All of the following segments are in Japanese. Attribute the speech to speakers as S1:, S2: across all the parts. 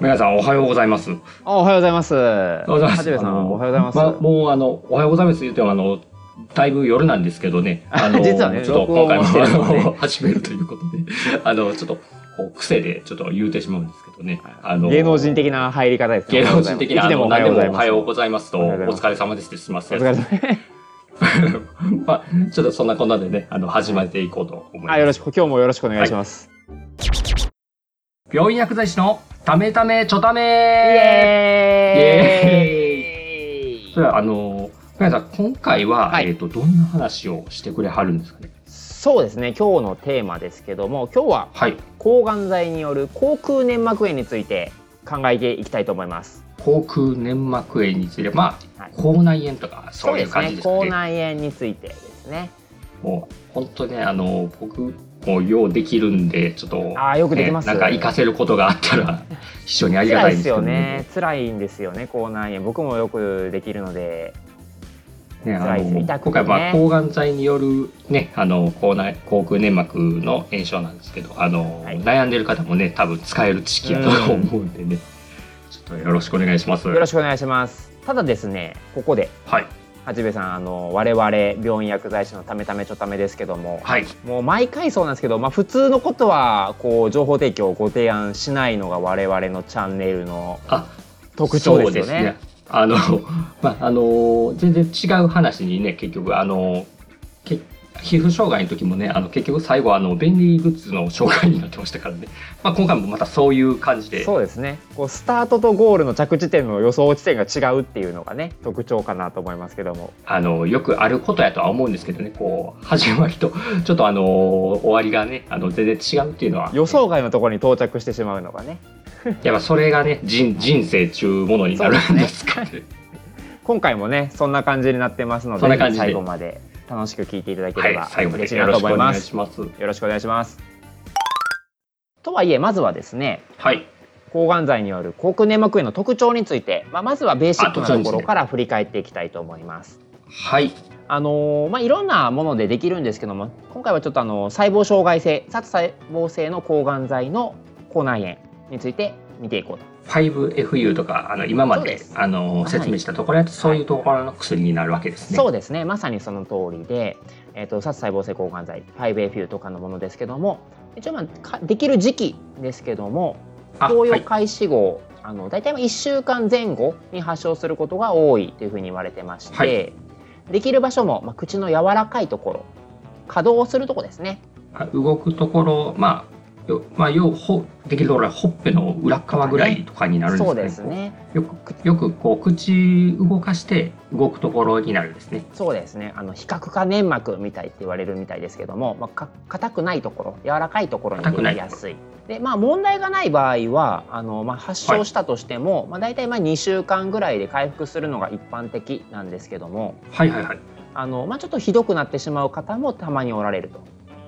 S1: 皆さんおはようございます。
S2: あおはようございます。
S1: おはようございます
S2: はじめさ
S1: あの
S2: ん、おはようございます。
S1: まあ、もうあの、おはようございます言っても、あの、だいぶ夜なんですけど ね。あの、
S2: 実はね
S1: ちょっと
S2: 録音
S1: 今回
S2: を
S1: も
S2: してるので
S1: あの始めるということで、 あの、ちょっと、こう癖でちょっと言うてしまうんですけどね。あの、
S2: 芸能人的な入り方ですね。
S1: 芸能人的な、
S2: いつ
S1: あ
S2: で
S1: の、
S2: もおは
S1: 何
S2: よ
S1: で
S2: う
S1: もお
S2: ございます。
S1: はようございますと、
S2: お
S1: お
S2: はようございます
S1: 疲れ様ですって済ます
S2: お
S1: や
S2: 疲れ
S1: つ。
S2: 様です。
S1: まあ、ちょっとそんなこんなでね、あの、始めていこうと思います。
S2: あ、よろしく、今日もよろしくお願いします。
S1: 病院薬剤師のためためちょた
S2: イ
S1: め
S2: エ
S1: それはあの、皆さん、今回は、
S2: はい
S1: えっ、と、どんな話をしてくれはるんですかね。
S2: そうですね、今日のテーマですけども、今日は
S1: はい。
S2: 抗がん剤による口腔粘膜炎について考えていきたいと思います。
S1: 口腔粘膜炎について、まあ、
S2: はい
S1: 口内炎とか、そういう感じですか
S2: 口
S1: ね。
S2: 内炎についてですね。
S1: もう、本当ね、あの、僕もようできるんで、ちょっと。
S2: あー、よくできます。
S1: ねなんか活かせることがあった ら、非常にありがた
S2: 辛
S1: い
S2: い
S1: んで
S2: ですす
S1: けど
S2: よ
S1: ね
S2: ね。。辛いんですよね、口内炎。僕もよくできるので。
S1: ねあ
S2: 辛いです
S1: の
S2: よ痛く
S1: 今
S2: てね
S1: 回は抗がん剤によるね、あの口内口腔粘膜の炎症なんですけど、あの、
S2: はい
S1: 悩んでる方もね、多分使える知識やと思うんでね、ちょっとよろしくお願いします。
S2: よろしくお願いします。ただですね、ここで、
S1: はい
S2: はじめさん、あの、我々病院薬剤師のためためちょためですけども。
S1: はい。
S2: もう毎回そうなんですけど、まあ、普通のことは、こう、情報提供をご提案しないのが我々のチャンネルの
S1: あ、
S2: 特徴ですよ
S1: そう
S2: ね。。
S1: あの、 まあ、あの、全然違う話にね、結局、あの、け皮膚障害の時もね、あの結局最後あの便利グッズの紹介になってましたからね。 まあ今回もまたそういう感じで、
S2: そうですね。こうスタートとゴールの着地点の予想地点が違うっていうのがね、特徴かなと思いますけども。
S1: あのよくあることやとは思うんですけどね、こう始まりと ちょっとあの終わりがね、あの全然違うっていうのは、
S2: 予想外のところに到着してしまうのがね。
S1: やっぱそれがね人人生中ものになるんですかね。
S2: 今回もね、そんな感じになってますの
S1: そんな
S2: で、
S1: 感じで
S2: 最後まで楽しく聞いていただけ
S1: は
S2: れ
S1: い
S2: ば、
S1: 最後ま
S2: 嬉し
S1: で
S2: い
S1: よ
S2: な
S1: ろ
S2: と
S1: しく
S2: 思
S1: お
S2: いま
S1: 願い
S2: す。
S1: します。
S2: よろしくお願いします。とはいえまずはですね
S1: はい
S2: 抗がん剤による口腔粘膜炎の特徴について、まあ、まずはベーシックなところから振り返っていきたいと思います。
S1: はい
S2: あのーまあ、いろんなものでできるんですけども今回はちょっとあの細胞障害性殺細胞性の抗がん剤の口内炎について見ていこうと
S1: 5FU とかあの今ま
S2: そうで
S1: で
S2: す
S1: あの
S2: はい
S1: 説明したところやとそういうところの薬になるわけですね。
S2: そうですねまさにその通りで、えー、と殺細胞性抗がん剤 5AFU とかのものですけども一応、まあか、できる時期ですけども
S1: あ
S2: 投
S1: は
S2: 与
S1: い
S2: 開始後、あの大体1週間前後に発症することが多いというふうに言われてまして、
S1: は
S2: できる場所も、まあ、口の柔らかいところ稼働するとこですね
S1: あ動くところまあよまあ要ほできるところはほっぺの裏側ぐらいとかになるんです
S2: そ
S1: か
S2: う
S1: ね。
S2: ですね
S1: よくよくこう口動かして動くところになるんですね。
S2: そうですねあの比較化粘膜みたいって言われるみたいですけども、まあ、か硬くないところ柔らかいところに
S1: 硬くな
S2: で
S1: い
S2: きやすい。でまあ、問題がない場合はあの、まあ、発症したとしても、まあ、大体まあ2週間ぐらいで回復するのが一般的なんですけども
S1: はいはいはい。
S2: あの、まあ、ちょっとひどくなってしまう方もたまにおられると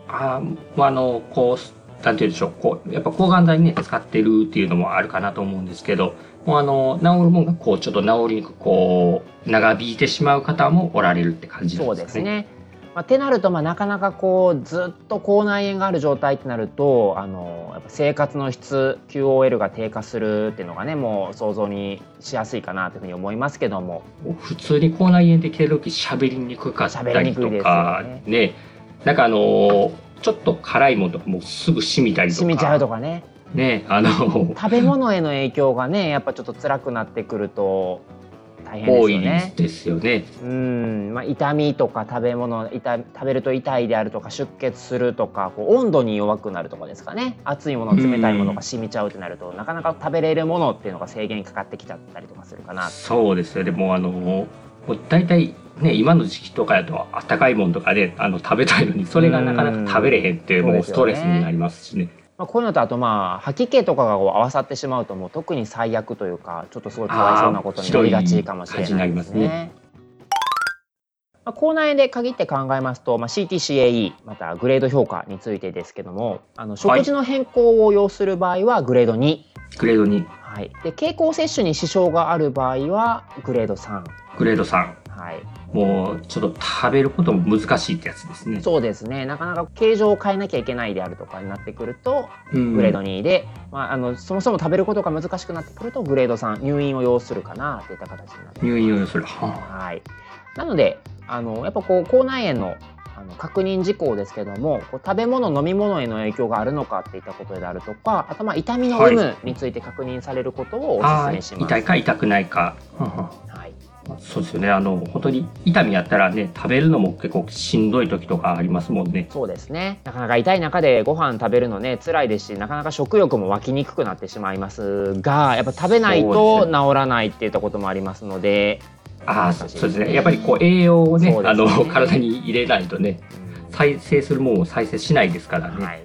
S1: あーまああのこうなんて言うんでしょうこうやっぱ抗がん剤にね使ってるっていうのもあるかなと思うんですけどもうあの治るもんがこうちょっと治りにくくこう長引いてしまう方もおられるって感じな
S2: そ
S1: ん
S2: う
S1: ですかね。
S2: ですね。まあ、てなると、まあ、なかなかこうずっと口内炎がある状態ってなるとあのやっぱ生活の質 QOL が低下するっていうのがねもう想像にしやすいかなというふうに思いますけども
S1: 普通に口内炎できてる時喋りにくかった
S2: 喋り
S1: り
S2: にくい
S1: と
S2: です
S1: か
S2: よ
S1: ね
S2: ね
S1: なんかあのーちょっと辛いものとかもうすぐ染みたりとか
S2: 染みちゃうとかね
S1: ねあのー
S2: 食べ物への影響がねやっぱちょっと辛くなってくると大変で
S1: 多
S2: すよ
S1: い
S2: ね。
S1: ですよね。
S2: うんまあ、痛みとか食べ物痛食べると痛いであるとか出血するとかこう温度に弱くなるとかですかね熱いもの冷たいものが染みちゃうってなるとなかなか食べれるものっていうのが制限かかってきちゃったりとかするかな
S1: そうですよねもうあのもう大体ね今の時期とかだとあったかいもんとかであの食べたいのにそれがなかなか食べれへんって
S2: うん
S1: もうス
S2: そ
S1: ト
S2: うで
S1: レ
S2: す
S1: ス
S2: よね
S1: になりますしね
S2: まあ、こういうのとあとまあ吐き気とかがこう合わさってしまうともう特に最悪というかちょっとすごいかわいそうなことになりがちかもしれない
S1: あーひどい感
S2: です
S1: じになります
S2: ね。まあ、口内炎で限って考えますと、まあ、CTCAE またグレード評価についてですけどもあの食事の変更を要する場合はグレード2、
S1: グレード2
S2: はいで経口摂取に支障がある場合はグレード3、は
S1: グレード3
S2: はい、
S1: もうちょっと食べることも難しいってやつですね。
S2: そうですねなかなか形状を変えなきゃいけないであるとかになってくると
S1: うん
S2: グレード2で、まあ、あのそもそも食べることが難しくなってくるとグレード3入院を要するかなといった形になって
S1: 入院を要する。は
S2: はい、なのであのやっぱこう口内炎のあの確認事項ですけどもこう食べ物飲み物への影響があるのかっていったことであるとかあとまあ痛みの有無について確認されることを
S1: あ
S2: お勧
S1: あ
S2: めし
S1: ー
S2: ます。
S1: 痛いか痛くないか。はんはん
S2: はい
S1: そうですよね。あの、本当に痛みやったらね、食べるのも結構しんどい時とかありますもんね。
S2: そうですねなかなか痛い中でご飯食べるのね辛いですしなかなか食欲も湧きにくくなってしまいますがやっぱ食べない
S1: そう
S2: と
S1: です
S2: 治らないっていったこともありますので
S1: ああ、そ
S2: 難
S1: う
S2: しい
S1: そうですね。やっぱりこう栄養をね、
S2: そうで
S1: あ
S2: すね
S1: の、体に入れないとね、再生するもんを再生しないですからね。
S2: はい、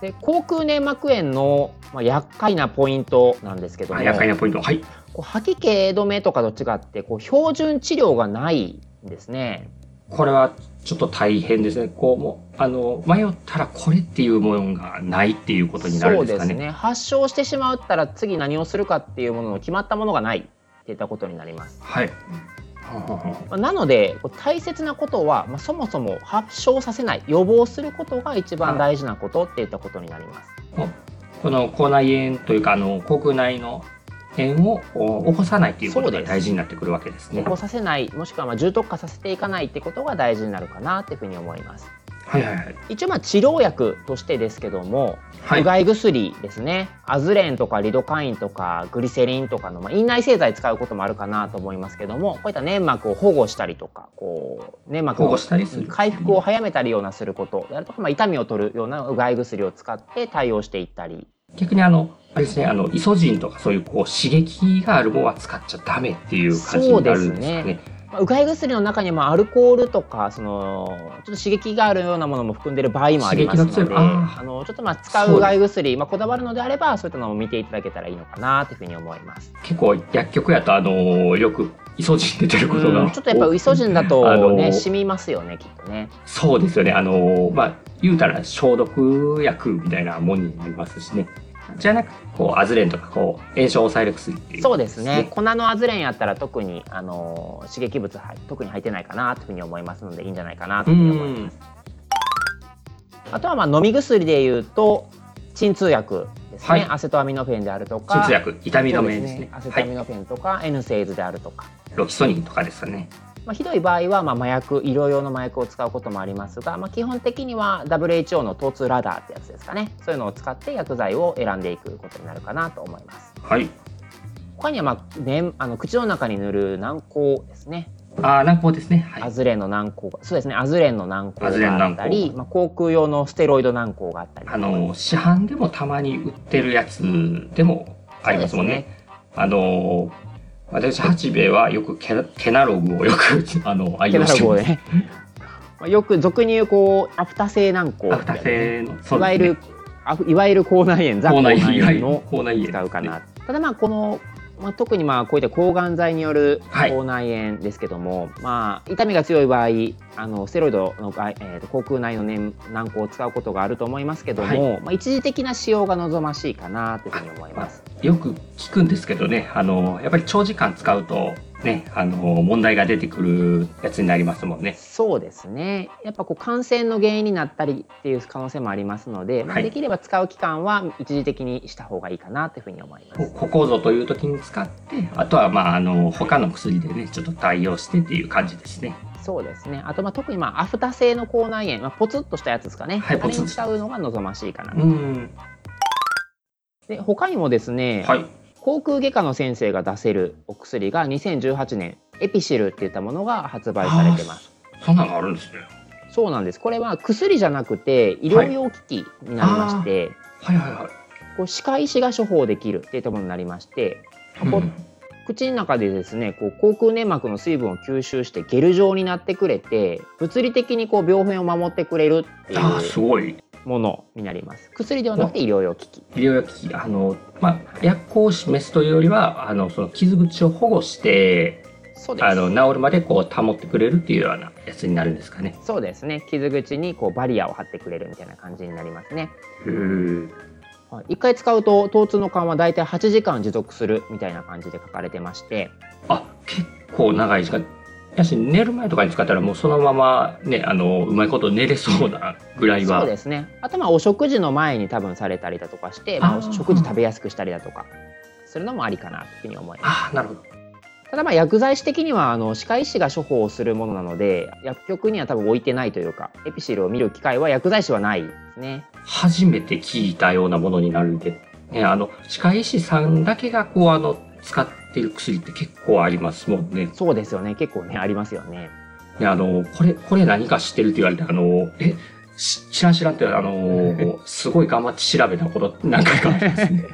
S2: で口腔粘膜炎の、まあ、厄介なポイントなんですけども
S1: あ厄介なポイント。はい。
S2: こう吐き気止めとかと違ってこう標準治療がないんですね。
S1: これはちょっと大変ですね。こう、もう、あの、迷ったらこれっていうものがないっていうことになる
S2: そうん
S1: です
S2: で
S1: か
S2: す
S1: ね。
S2: ね発症してしまったら次何をするかっていうものの決まったものがないっていったことになります。
S1: はい。はんはんはん
S2: まあなのでこう大切なことは、まあ、そもそも発症させない予防することが一番大事なことっていったことになります。
S1: この口内炎というか、あの、口腔内の炎をお起こさないっていうこと
S2: そう
S1: が
S2: です
S1: 大事になってくるわけですね
S2: 起。こさせないもしくはまあ重篤化させていかないってことが大事になるかなっていうふうに思います。
S1: はいはいはい。
S2: 一応まあ治療薬としてですけども、。
S1: はいう
S2: がい薬ですねアズレンとかリドカインとかグリセリンとかの、まあ、院内製剤使うこともあるかなと思いますけどもこういった粘膜を保護したりとかこう粘膜
S1: 保護
S2: の
S1: したりする。
S2: 回復を早めたりようなすることであるとか、まあ、痛みを取るようなうがい薬を使って対応していったり
S1: 逆にあの、あれですね、あの、イソジンとかそういうこう刺激があるものは使っちゃダメっていう感じになるんですか
S2: そうで
S1: ね。
S2: まあうがい薬の中にはまあアルコールとかそのちょっと刺激があるようなものも含んでる場合もありますの
S1: 刺激が
S2: で
S1: 強いあー
S2: あのちょっとまあ使ううがい薬、まあ、こだわるのであればそういったのも見ていただけたらいいのかなというふうに思います。
S1: 結構薬局やとあのよくイソジン出てることが、
S2: うんちょっとやっぱウイソジンだ
S1: あ
S2: と
S1: の
S2: ね染みますよねきっとね。
S1: そうですよね。あのまあ、言うたら消毒薬みたいなもんになりますしね。じゃなくて、こう、アズレンとか、こう、炎症を抑える薬っていう、
S2: そうですね。粉のアズレンやったら特にあの刺激物入特に入ってないかなというふうに思いますのでいいんじゃないかなと
S1: う
S2: いうふうに思います。
S1: ん。
S2: あとはまあ飲み薬でいうと鎮痛薬ですね、
S1: はい
S2: アセトアミノフェンであるとか
S1: 鎮痛薬、痛み止めです
S2: そう
S1: ね。
S2: アセ
S1: は
S2: トアミ
S1: い。
S2: ノフェンとか、N セイズであるとか、
S1: ロキソニンとかですかね。
S2: まあ、ひどい場合は、まあ、麻薬医療用の麻薬を使うこともありますが、まあ、基本的には WHO の疼痛ラダーってやつですかねそういうのを使って薬剤を選んでいくことになるかなと思います
S1: はい。
S2: 他には、まあね、あの口の中に塗る軟膏ですね、
S1: ああ、軟膏ですね。は
S2: ア
S1: い。
S2: ズレンの軟膏がそうですねアズレンの軟
S1: アズ
S2: 膏
S1: レンの
S2: があ
S1: 軟膏
S2: ったり、まあ、口腔用のステロイド軟膏があったり
S1: あの市販でもたまに売ってるやつでもありますもんね。あ
S2: そうで
S1: の私、八兵衛はよくケナケナログをよく、 あの、愛
S2: ケ
S1: 用
S2: ナ
S1: して
S2: ログを
S1: ます。
S2: ねまあよく俗に言うこうアフタ性軟膏
S1: アフタ製の、そ
S2: いわゆる、あいわゆる口内炎、ザ
S1: 口
S2: 口
S1: 内
S2: 内
S1: 炎、
S2: 炎の
S1: 口内炎。
S2: 使うかな。ただまあこの、まあ、特にまあこういった抗がん剤による
S1: はい
S2: 口内炎ですけども、まあ痛みが強い場合、あのステロイドのが、えー、と口腔内の粘軟膏を使うことがあると思いますけども、
S1: は
S2: まあ一時的な使用が望ましいかなというふうに思います。
S1: よく聞くんですけどね、あの、やっぱり長時間使うと、ね、あの、問題が出てくるやつになりますもんね。
S2: そうですねやっぱこう感染の原因になったりっていう可能性もありますので、まあ
S1: はい
S2: できれば使う期間は一時的にした方がいいかなというふうに思います
S1: こ。ここぞという時に使って、あとは、まあ、あの、他の薬でね、ちょっと対応してっていう感じですね。
S2: そうですね。あとまあ特にまあアフタ製の口内炎、まあポツッとしたやつですかね。
S1: はい
S2: あ
S1: ポ
S2: れ
S1: ツッ
S2: に
S1: とした
S2: 使うのが望ましいかな。
S1: うん。
S2: で他にもですね、
S1: はい。
S2: 口腔外科の先生が出せるお薬が2018年エピシルっていったものが発売されてます。
S1: そんなのあるんですね。
S2: そうなんです。これは薬じゃなくて医療用機器になりまして、
S1: はいはいはい。
S2: こう歯科医師が処方できるっていったものになりまして、こ口の中でですねこう口腔粘膜の水分を吸収してゲル状になってくれて物理的にこう病変を守ってくれるっていう
S1: ああ、すごい。
S2: ものになります薬ではなくて医療用機器
S1: 医療薬機器あの、まあ、薬効を示すというよりはあのその傷口を保護して
S2: そうです
S1: あの治るまでこう保ってくれるっていうようなやつになるんですかね。
S2: そうですね傷口にこうバリアを張ってくれるみたいな感じになりますねはい一回使うと疼痛の緩和大体8時間持続するみたいな感じで書かれてまして
S1: あ結構長い時間やし寝る前とかに使ったらもうそのままねあのうまいこと寝れそうなぐらいは
S2: そうですねあとまあお食事の前に多分されたりだとかしてまあ、
S1: あー
S2: 食事食べやすくしたりだとかするのもありかなっていうふうに思います
S1: ああなるほど
S2: ただまあ薬剤師的にはあの歯科医師が処方するものなので薬局には多分置いてないというかエピシルを見る機会は薬剤師はないですね
S1: 初めて聞いたようなものになるんで、ね、あの歯科医師さんだけがこうあの使ってる薬って結構ありますもんね
S2: そうですよね結構ねありますよね
S1: ね、あの、これ、これ何か知ってるって言われて、あの、え、し知らん知らんって、あの、すごい頑張って調べたこと何回かありますね。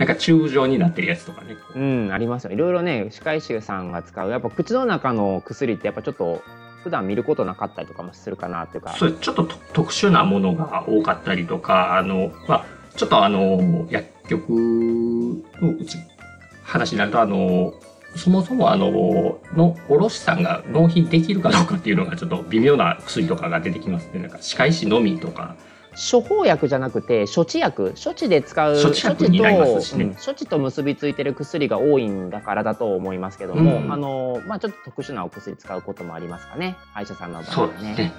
S1: なんか中状になってるやつとかね。
S2: うん、ありますよ。いろいろね、歯科医師さんが使う、やっぱ口の中の薬って、やっぱちょっと。普段見ることなかったりとかもするかなっていうか。
S1: そういうちょっとと特殊なものが多かったりとか、あの、まあ、ちょっとあの、薬局のうち、話になると、あの、そもそもあの、の、卸さんが納品できるかどうかっていうのがちょっと微妙な薬とかが出てきますね。なんか歯科医師のみとか、
S2: 処方薬じゃなくて、処置薬、処置で使う。
S1: 処置薬になりますしね
S2: うん処置と結びついてる薬が多いんだからだと思いますけども、
S1: うん
S2: あの、まあ、ちょっと特殊なお薬使うこともありますかね。歯医者さんの場
S1: そ
S2: 合
S1: う
S2: は
S1: です
S2: ね。
S1: ね。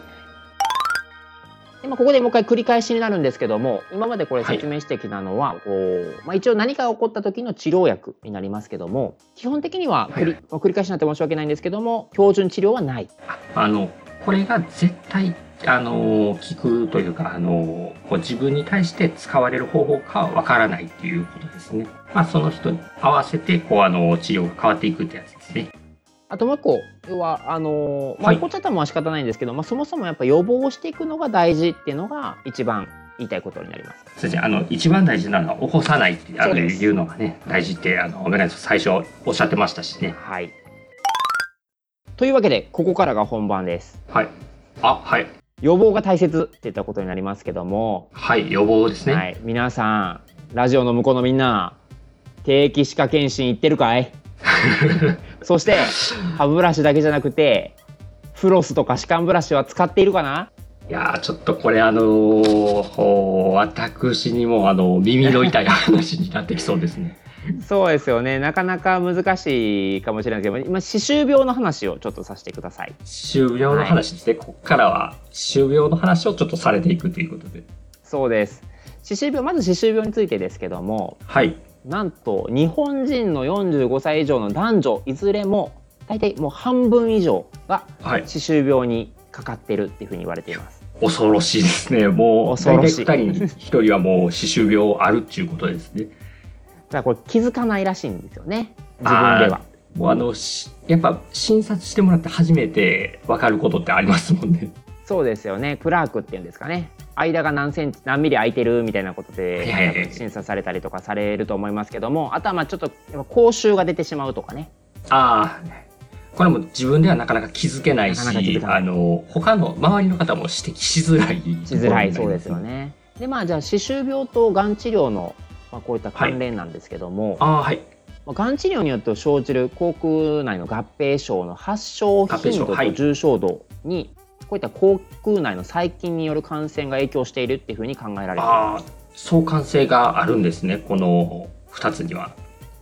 S2: でまあここでもう一回繰り返しになるんですけども今までこれ説明してきたのは、こうまあ、一応何か起こった時の治療薬になりますけども基本的には繰り,、まあ繰り返しになって申し訳ないんですけども標準治療はない
S1: あのこれが絶対あの効くというかあのこう自分に対して使われる方法かはわからないっていうことですね。まあその人に合わせてこうあの治療が変わっていくってやつですね。
S2: あともう一個要はあのーまあ、
S1: はい
S2: 起こっちゃったもは仕方ないんですけど、まあ、そもそもやっぱ予防をしていくのが大事っていうのが一番言いたいことになります。
S1: 先生あの一番大事なのは起こさないってあ
S2: そう
S1: の
S2: です
S1: いうのがね大事ってあのメガネさん最初おっしゃってましたしね。
S2: はい、というわけでここからが本番です。
S1: はい。あはい
S2: 予防が大切っていったことになりますけども
S1: はい予防ですね。
S2: はい、皆さん、ラジオの向こうのみんな、定期歯科検診行ってるかいそして、歯ブラシだけじゃなくて、フロスとか歯間ブラシは使っているかない
S1: やーちょっとこれあのほう私にもあの耳の痛い話になってきそうですね。
S2: そうですよね、なかなか難しいかもしれないですけど、今、歯周病の話をちょっとさせてください。
S1: 歯周病の話ですね、ここからは歯周病の話をちょっとされていくということで
S2: そうです。歯周病、まず歯周病についてですけども、
S1: はい
S2: なんと日本人の45歳以上の男女、いずれも大体もう半分以上が
S1: はい
S2: 歯周病にかかってるっていうふうに言われています。
S1: 恐ろしいですねもう
S2: 恐ろしい
S1: 大体2人に1人はもう歯周病あるっていうことですね
S2: だからこれ気づかないらしいんですよね自分では。
S1: もうあのしやっぱ診察してもらって初めて分かることってありますもんね
S2: そうですよねクラークっていうんですかね間が何センチ何ミリ空いてるみたいなこと
S1: いはいはい
S2: で審査されたりとかされると思いますけどもあとはまあちょっとやっぱ口臭が出てしまうとかね
S1: ああこれも自分ではなかなか気づけないし
S2: なかなか気づかない
S1: あの他の周りの方も指摘しづらい
S2: しづらいそうですよね。でまあじゃあ歯周病とがん治療のまあこういった関連なんですけども、
S1: ああーはい
S2: まあがん治療によって生じる口腔内の合併症の発症
S1: 合
S2: 頻度
S1: 併症は
S2: と
S1: い
S2: 重症度にこういった口腔内の細菌による感染が影響しているっていうふうに考えられています。
S1: ああ相関性があるんですねこの2つには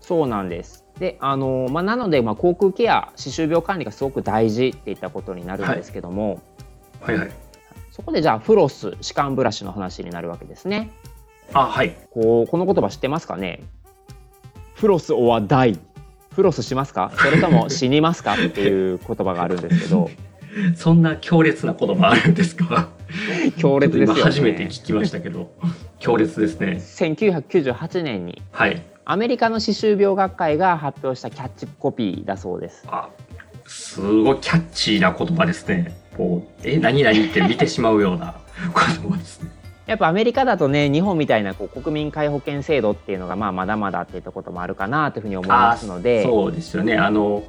S2: そうなんです。で、あのまあ、なので、まあ、口腔ケア、歯周病管理がすごく大事っていったことになるんですけども、
S1: はいはい
S2: そこでじゃあ、フロス、歯間ブラシの話になるわけですね。
S1: あはい
S2: こうこの言葉知ってますかねフロスオアダイ。フロスしますかそれとも死にますかっていう言葉があるんですけ ど、
S1: そんな強烈な言葉あるんですか
S2: 強烈ですよね。
S1: 今初めて聞きましたけど強烈ですね
S2: 1998年に
S1: はい
S2: アメリカの歯周病学会が発表したキャッチコピーだそうです。
S1: あすごいキャッチーな言葉ですねこうえ何々って見てしまうよう な言葉ですね
S2: やっぱアメリカだとね日本みたいなこう国民皆保険制度っていうのがまあまだまだっていったこともあるかなというふうに思いますので
S1: そうですよねあの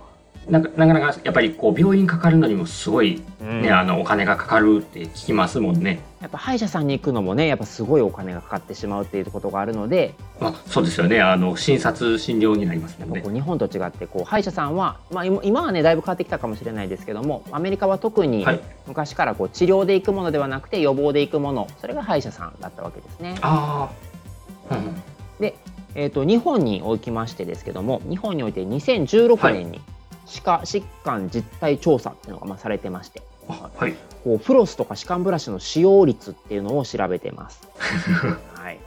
S1: なんかなかなかやっぱりこう病院かかるのにもすごい、
S2: うん
S1: ねあのお金がかかるって聞きますもんね
S2: やっぱ歯医者さんに行くのもねやっぱすごいお金がかかってしまうっていうことがあるので、
S1: まあ、そうですよねあの診察診療になりますもんね
S2: こう日本と違ってこう歯医者さんは、まあ、今今はねだいぶ変わってきたかもしれないですけどもアメリカは特に
S1: はい
S2: 昔からこう治療で行くものではなくて予防で行くものそれが歯医者さんだったわけですね。
S1: ああ、うんうん、
S2: で、えー、と日本におきましてですけども日本において2016年に歯科疾患実態調査っていうのがまあされてまして
S1: あはい。
S2: こうフロスとか歯間ブラシの使用率っていうのを調べて ます。はい。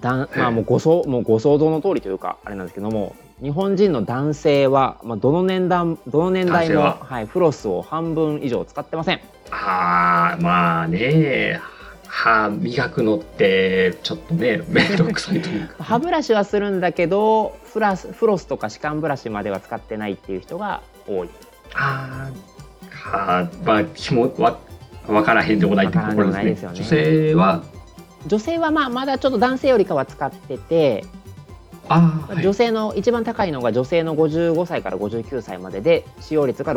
S2: だんまあもうご そもうご想像の通りというかあれなんですけども、日本人の男性はまあどの年代どの年代
S1: 男
S2: も
S1: 性は
S2: はいフロスを半分以上使ってません。
S1: ああ、まあね、歯磨くのって、ちょっとね、めんどくさいというか。
S2: 歯ブラシはするんだけど、フラスフロスとか歯間ブラシまでは使ってないっていう人が多い。
S1: あーあー、まあ、ひもわ、わからへんでもないってところ
S2: わからんでもない
S1: で
S2: ですす
S1: ね。
S2: よ
S1: 女性
S2: ね
S1: は、
S2: 女性はまあまだちょっと男性よりかは使ってて、
S1: ああ、はい
S2: 女性の一番高いのが女性の55歳から59歳までで使用率が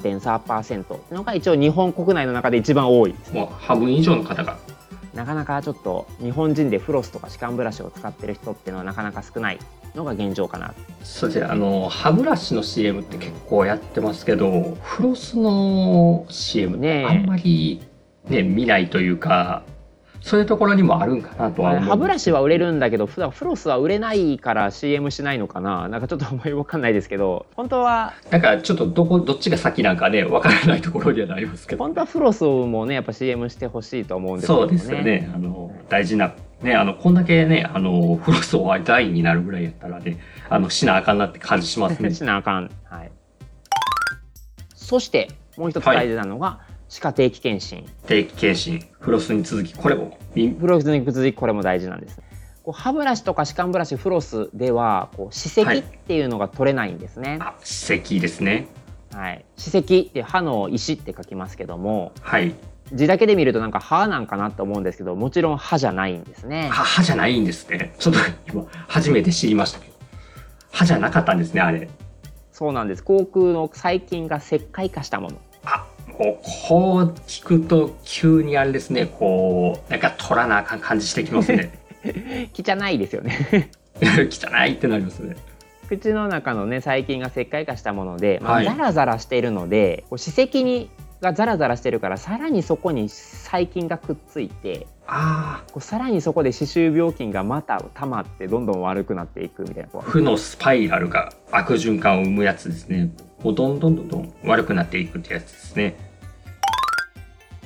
S2: 63.3%っていうのが一応日本国内の中で一番多いです
S1: もう半分以上の方が。
S2: なかなかちょっと日本人でフロスとか歯間ブラシを使ってる人っていうのはなかなか少ないのが現状かな
S1: そうですね、あの、歯ブラシの CM って結構やってますけど、フロスの CM ね、
S2: ねえ
S1: あんまりね、見ないというか、そういうところにもあるんかなとは思うんですけど
S2: 歯ブラシは売れるんだけど普段フロスは売れないから CM しないのかななんかちょっと思いわかんないですけど本当は
S1: なんかちょっとどこどっちが先なんかねわからないところにはなりますけど
S2: 本当はフロスもねやっぱ CM してほしいと思うんですけど
S1: そ
S2: も
S1: うですよねあの大事なねあのこんだけねあのフロスを第二になるぐらいやったらねあのしなあかんなって感じします ね
S2: しなあかん。はい。そしてもう一つ大事なのが、歯科定期検診。
S1: 定期検診フロスに続きこれもみ
S2: フロスに続きこれも大事なんです。こう歯ブラシとか歯間ブラシフロスではこう歯
S1: はい
S2: 石っていうのが取れないんですね。
S1: あ咳ですね
S2: はい。歯石って歯の石って書きますけども、
S1: はい
S2: 字だけで見るとなんか歯なんかなと思うんですけど、もちろん歯じゃないんですね。
S1: 歯歯じゃないんですねちょっと今初めて知りましたけど歯じゃなかったんですねあれ
S2: そうなんです。口腔の細菌が石灰化したもの。
S1: あもうこう聞くと急にあれですねこうなんか取らなあかん感じしてきます ね
S2: 汚いですよね。
S1: 汚いってなりますね
S2: 口の中のね細菌が石灰化したもので、ま
S1: は
S2: あ、
S1: い
S2: ザラザラしているので、こう歯石にがザラザラしてるからさらにそこに細菌がくっついて
S1: あ
S2: こうさらにそこで歯周病菌がまた溜まってどんどん悪くなっていくみたいなこ
S1: あ、負のスパイラルが悪循環を生むやつですね。もうどんどんどんどん悪くなっていくってやつですね。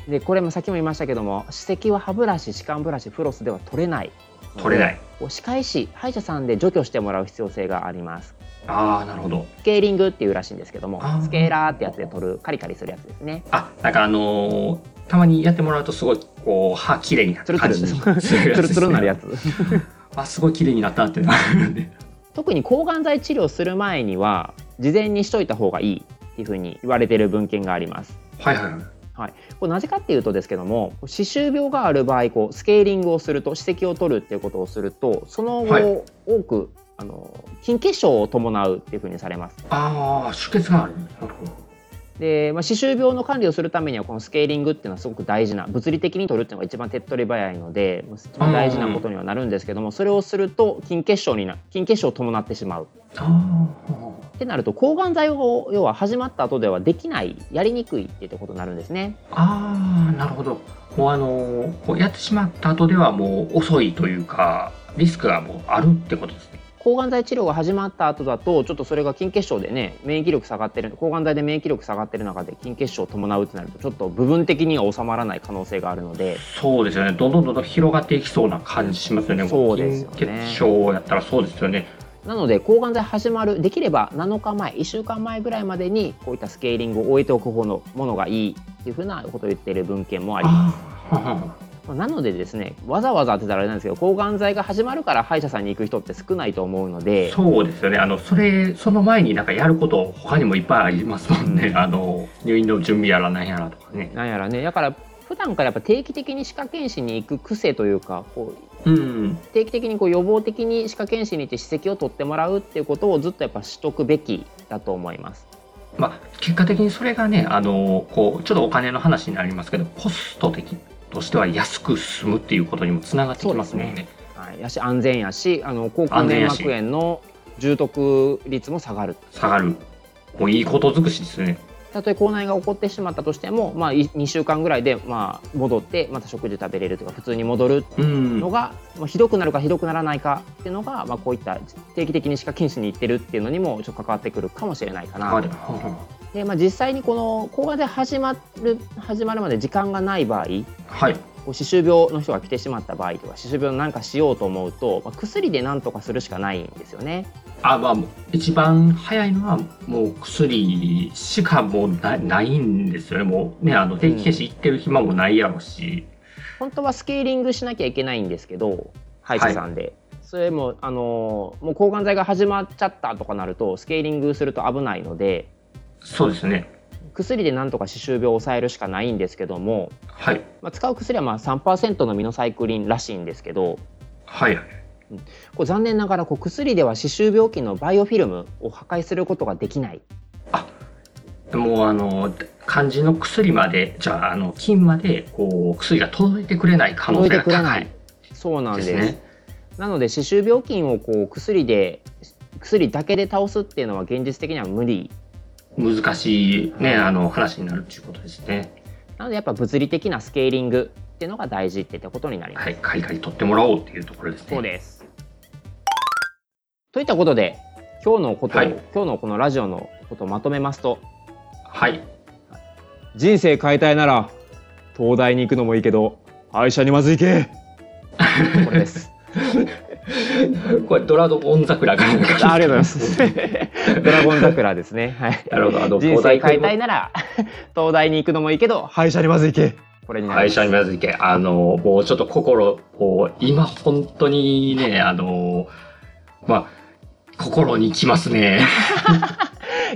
S2: うでこれもさっきも言いましたけども歯石は歯ブラシ歯間ブラシフロスでは取れない
S1: 取れないい。
S2: 歯科医師歯医者さんで除去してもらう必要性があります
S1: ああ、なるほど。
S2: スケーリングっていうらしいんですけども
S1: あー
S2: スケーラーってやつで取るカリカリするやつですね
S1: あ、なんかあのーたまにやってもらうとすごいこう歯綺麗になっ
S2: ツ
S1: た
S2: ルツ
S1: 感
S2: ル
S1: じに
S2: ツルツルになるや
S1: つ
S2: つ
S1: ですね。あ、すごい綺麗になったってなるんで。
S2: 特に抗がん剤治療する前には事前にしといた方がいいっていうふうに言われてる文献があります。
S1: はいはいはい。
S2: これなぜかっていうとですけども歯周病がある場合こうスケーリングをすると歯石を取るっていうことをするとその後、
S1: はい
S2: 多くあの筋血症を伴うっていうふうにされます。
S1: ああ、出血がある。なるほど。
S2: で、まあ、歯周病の管理をするためにはこのスケーリングっていうのはすごく大事な物理的に取るっていうのが一番手っ取り早いのでまあ一番大事なことにはなるんですけどもそれをすると筋血症にな筋血症を伴ってしまう。
S1: あ
S2: ってなると抗がん剤を要は始まった後ではできないやりにくいっていうことになるんですね
S1: あ、ああ、なるほど。もうあのーこうやってしまった後ではもう遅いというか、リスクがもうあるってことですね。
S2: 抗がん剤治療が始まった後だとちょっとそれが筋血症でね免疫力下がってる抗がん剤で免疫力下がってる中で筋血症を伴うってなるとちょっと部分的には収まらない可能性があるので
S1: そうですよね。どんどんどんどん広がっていきそうな感じしますよね。
S2: そうですよね
S1: も貧血症やったらそうですよね。
S2: なので抗がん剤始まるできれば7日前1週間前ぐらいまでにこういったスケーリングを終えておく方のものがいいっていうふうなことを言っている文献もあります
S1: あ
S2: まあなのでですねわざわざ当てたらあれなんですけど抗がん剤が始まるから歯医者さんに行く人って少ないと思うので
S1: そうですよね。あのそれその前になんかやること他にもいっぱいありますもんね。あの入院の準備やらなんやらとかね。
S2: なんやらねだから普段からやっぱ定期的に歯科検診に行く癖というかこう
S1: うん。
S2: 定期的にこう予防的に歯科検診に行って歯石を取ってもらうっていうことをずっとやっぱしとくべきだと思います。
S1: まあ結果的にそれがね、あのこうちょっとお金の話になりますけど、コスト的としては安く済むっていうことにもつながってきますもんね。
S2: はい、やし安全やしあの口腔
S1: 安全
S2: 粘
S1: やし
S2: 膜炎の重篤率も下がる
S1: 下がる。もういいこと尽くしですね。
S2: たとえ口内炎が起こってしまったとしても、まあ、い2週間ぐらいで、まあ、戻ってまた食事食べれるというか普通に戻る
S1: うん
S2: のが、まあ、ひどくなるかひどくならないかっていうのが、まあ、こういった定期的に歯科検診に行ってるっていうのにもちょっと関わってくるかもしれないかな
S1: あでは
S2: で、まあ、実際にこの抗がん剤始まる始まるまで時間がない場合
S1: はい
S2: こう歯周病の人が来てしまった場合とか歯周病のなんかしようと思うと、まあ、薬でなんとかするしかないんですよね。
S1: あまあ一番早いのはもう薬しかもうなないんですよねもうねあの定期検診行ってる暇もないやろし、
S2: 本当はスケーリングしなきゃいけないんですけど歯医者さんで、それもあのーもう抗がん剤が始まっちゃったとかなるとスケーリングすると危ないので
S1: そうですね
S2: 薬でなんとか歯周病を抑えるしかないんですけども、
S1: はい
S2: まあ、使う薬はまあ3%のミノサイクリンらしいんですけど
S1: はいはい
S2: こう残念ながらこう薬では歯周病菌のバイオフィルムを破壊することができない
S1: もうあの肝心の薬までじゃああの菌までこう薬が届いてくれない可能
S2: 届い
S1: 性が
S2: てくれ
S1: 高
S2: ないいそうなん
S1: で
S2: ですす
S1: ね。
S2: なので歯周病菌をこう薬で薬だけで倒すっていうのは現実的には無理
S1: 難しいねあの話になるということですね。
S2: なのでやっぱ物理的なスケーリングっていうのが大事ってことになります。
S1: はい、海外取ってもらおうっていうところですね。
S2: そうです。といったことで今日のことを、
S1: はい
S2: 今日のこのラジオのことをまとめますと
S1: はい、
S2: 人生変えたいなら東大に行くのもいいけど歯医者にまず行けこれです。
S1: これドラドオン桜が。
S2: あありがとうございま。す。ドラゴン桜ですね。はい。
S1: なるほど、あの
S2: 人
S1: 東
S2: 生
S1: 大
S2: 変えたい
S1: 会
S2: なら 東大に行くのもいいけど歯医者にまず行けこれにな
S1: 会
S2: ります。
S1: 社にまずいけ、あのもうちょっと心を今本当にねあのまあ心にきますね。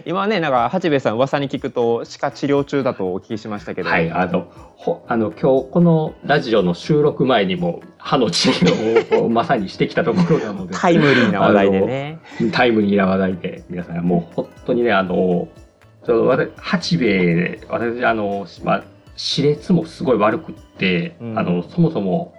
S2: 今ねなんか八兵衛さん噂に聞くと歯科治療中だとお聞きしましたけど、
S1: はい、あの、ほあの今日このラジオの収録前にも歯の治療をまさにしてきたところなので、
S2: タイムリーな話題でね。
S1: タイムリーな話題で、皆さんもう本当にね、あの、ちょ私八兵衛で、私、あの、まあ、歯列もすごい悪くって、
S2: うん
S1: あの、そもそも、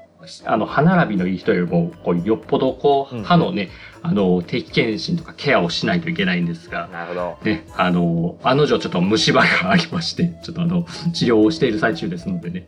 S1: あの歯並びのいい人よりもこうよっぽどこ
S2: う
S1: うん歯のね、あの定期検診とかケアをしないといけないんですが、
S2: なるほど。
S1: ね、あの、あの女ちょっと虫歯がありまして、ちょっとあの、治療をしている最中ですのでね、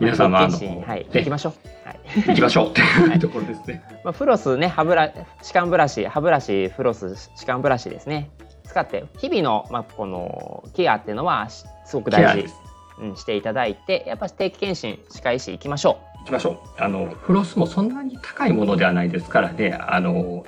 S1: 皆様、あの、
S2: 検診はい、行
S1: ね
S2: きましょう。はい。
S1: 行きましょうってい
S2: は
S1: う
S2: い
S1: ところですね。
S2: まあフロスね歯ブラ歯間ブラシ歯ブラシフロス歯間ブラシですね。使って日々のまあこのケアっていうのはしすごく
S1: ケア
S2: 大
S1: で
S2: 事
S1: す。
S2: うんしていただいてやっぱ定期検診歯科医師行きましょ
S1: 行きましょう。あの、フロスもそんなに高いものではないですからね、あの、も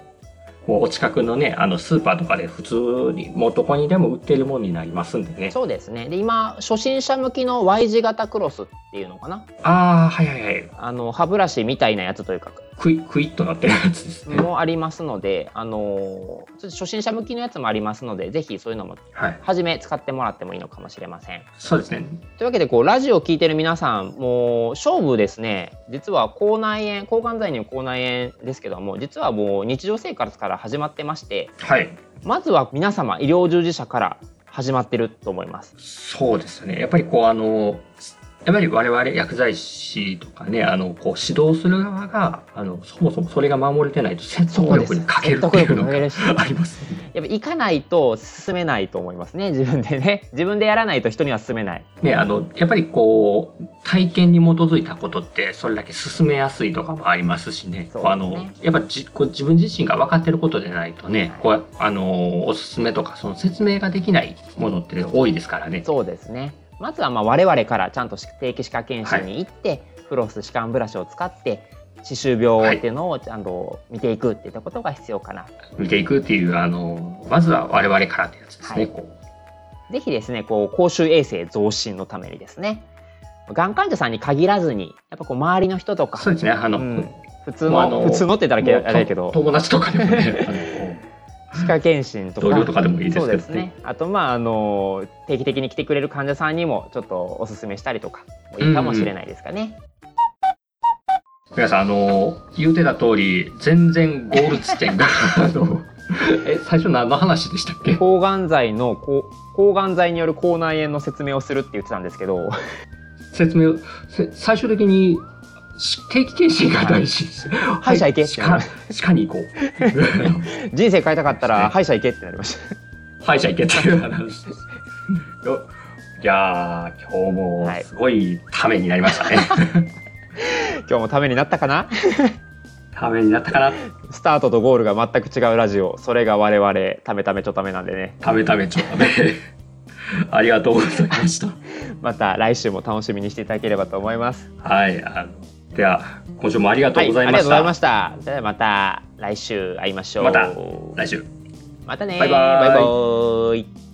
S1: うお近くのね、あの、スーパーとかで普通に、もうどこにでも売ってるものになりますんで
S2: う。
S1: ね。
S2: そうですね。で今初心者向きの Y 字型クロスっていうのかな。
S1: ああ、はいはいはい。
S2: あの歯ブラシみたいなやつというか
S1: クイ、クイッとなってるやつですね。
S2: もありますので、あのーちょっと初心者向きのやつもありますのでぜひそういうのも
S1: はい。
S2: 初め使ってもらってもいいのかもしれません。
S1: そうですね。
S2: というわけでこうラジオを聞いてる皆さんもう勝負ですね実は口内炎抗がん剤による口内炎ですけども実はもう日常生活から始まってまして
S1: はい。
S2: まずは皆様医療従事者から始まってると思います。
S1: そうですね。やっぱりこうあの、やっぱり我々薬剤師とかね、あの、こう指導する側が、あの、そもそもそれが守れてないと説得力に欠けるっていうの
S2: そ
S1: が
S2: うです説得力に欠ける
S1: あ
S2: し
S1: りますよね。
S2: やっぱ行かないと進めないと思いますね 自分でね自分でやらないと人には進めない。
S1: ね、あの、やっぱりこう、体験に基づいたことって、それだけ進めやすいとかもありますしね。
S2: そうですね
S1: こうあの、やっぱじこう自分自身が分かってることでないとね、こう、あの、おすすめとか、その説明ができないものって多いですからね。
S2: そうですね。まずはまあ我々からちゃんと定期歯科検診に行って、フロス歯間ブラシを使って歯周病っていうのをちゃんと見ていくっていったことが必要かな。
S1: 見ていくっていう、あの、まずは我々からってやつですね。
S2: はい
S1: こう
S2: ぜひですね、こう公衆衛生増進のためにですね、がん患者さんに限らずに、やっぱこう周りの人とか、
S1: そうですね。あの、
S2: うん普通
S1: もうあ
S2: の
S1: の
S2: 普通のって言った
S1: も
S2: ら
S1: う
S2: あれだけど、
S1: と友達とかでも ね
S2: 歯科検診とか、
S1: 同僚とかでもいいですけど
S2: そうですね。あとまああの定期的に来てくれる患者さんにもちょっとお勧めしたりとかもいいかもしれないですかね。
S1: あの皆さんあの言うてた通り全然ゴール地点が あのえ最初何の話でしたっけ
S2: 抗がん剤のこう抗がん剤による口内炎の説明をするって言ってたんですけど、
S1: 説明をせ最終的にし定期検診が大事です、はい
S2: 歯医者行けってな
S1: 歯
S2: り
S1: 科
S2: まし
S1: 歯科に行こう
S2: た人生変えたかったら歯医者行けってなりました。
S1: 歯医者行けっていう話ですよいやー、今日も
S2: はい
S1: すごいためになりましたね。
S2: 今日もためになったかな
S1: ためになったかな
S2: スタートとゴールが全く違うラジオそれが我々ためためちょためなんでね
S1: ためためちょっとね。 ありがとうございました。
S2: また来週も楽しみにしていただければと思います
S1: はい、あの、では、今週もありがとうございました。
S2: はい、ありがとうございましたじゃあまた来週会いましょう
S1: また来週。
S2: またね
S1: バイバイ
S2: バイバーイ